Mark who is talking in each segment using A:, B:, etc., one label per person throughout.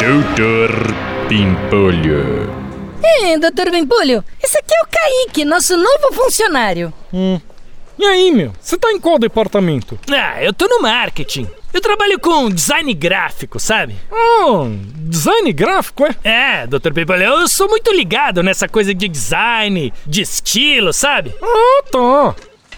A: Doutor Pimpolho.
B: É, doutor Bimpolho, esse aqui é o Kaique, nosso novo funcionário.
C: Hum. E aí, meu? Você tá em qual departamento?
D: Ah, eu tô no marketing. Eu trabalho com design gráfico, sabe?
C: Hum, design gráfico, é?
D: É, Dr. Pipolho, eu sou muito ligado nessa coisa de design, de estilo, sabe?
C: Ah, tá.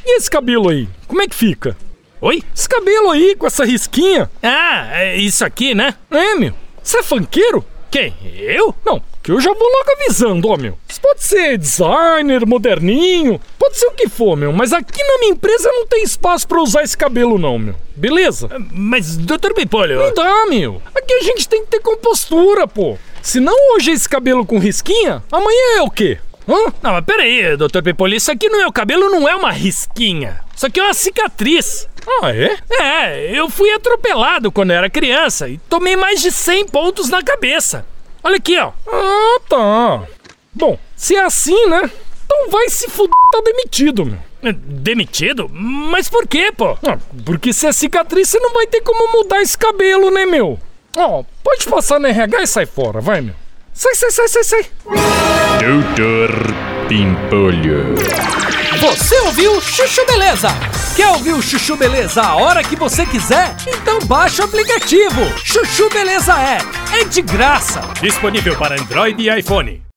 C: E esse cabelo aí? Como é que fica?
D: Oi?
C: Esse cabelo aí, com essa risquinha?
D: Ah, é isso aqui, né?
C: É, meu. Você é funkeiro?
D: Quem? Eu?
C: Não, que eu já vou logo avisando, ó, meu. Isso pode ser designer, moderninho, pode ser o que for, meu, mas aqui na minha empresa não tem espaço pra usar esse cabelo, não, meu. Beleza?
D: Mas, Dr. Pipolho.
C: Não dá, meu. Aqui a gente tem que ter compostura, pô. Se não hoje é esse cabelo com risquinha, amanhã é o quê? Hã?
D: Não, mas peraí, Dr. Pipolho, isso aqui não é o cabelo, não é uma risquinha. Isso aqui é uma cicatriz.
C: Ah, é?
D: É, eu fui atropelado quando era criança e tomei mais de 100 pontos na cabeça. Olha aqui, ó.
C: Ah, tá. Bom, se é assim, né? Então vai se fuder, tá demitido, meu.
D: Demitido? Mas por quê, pô?
C: Ah, porque se é cicatriz, você não vai ter como mudar esse cabelo, né, meu? Ó, pode passar na RH e sai fora, vai, meu. Sai, sai, sai, sai, sai.
A: Doutor Pimpolho.
E: Você ouviu Chuchu Beleza? Quer ouvir o Chuchu Beleza a hora que você quiser? Então baixa o aplicativo. Chuchu Beleza é. É de graça.
F: Disponível para Android e iPhone.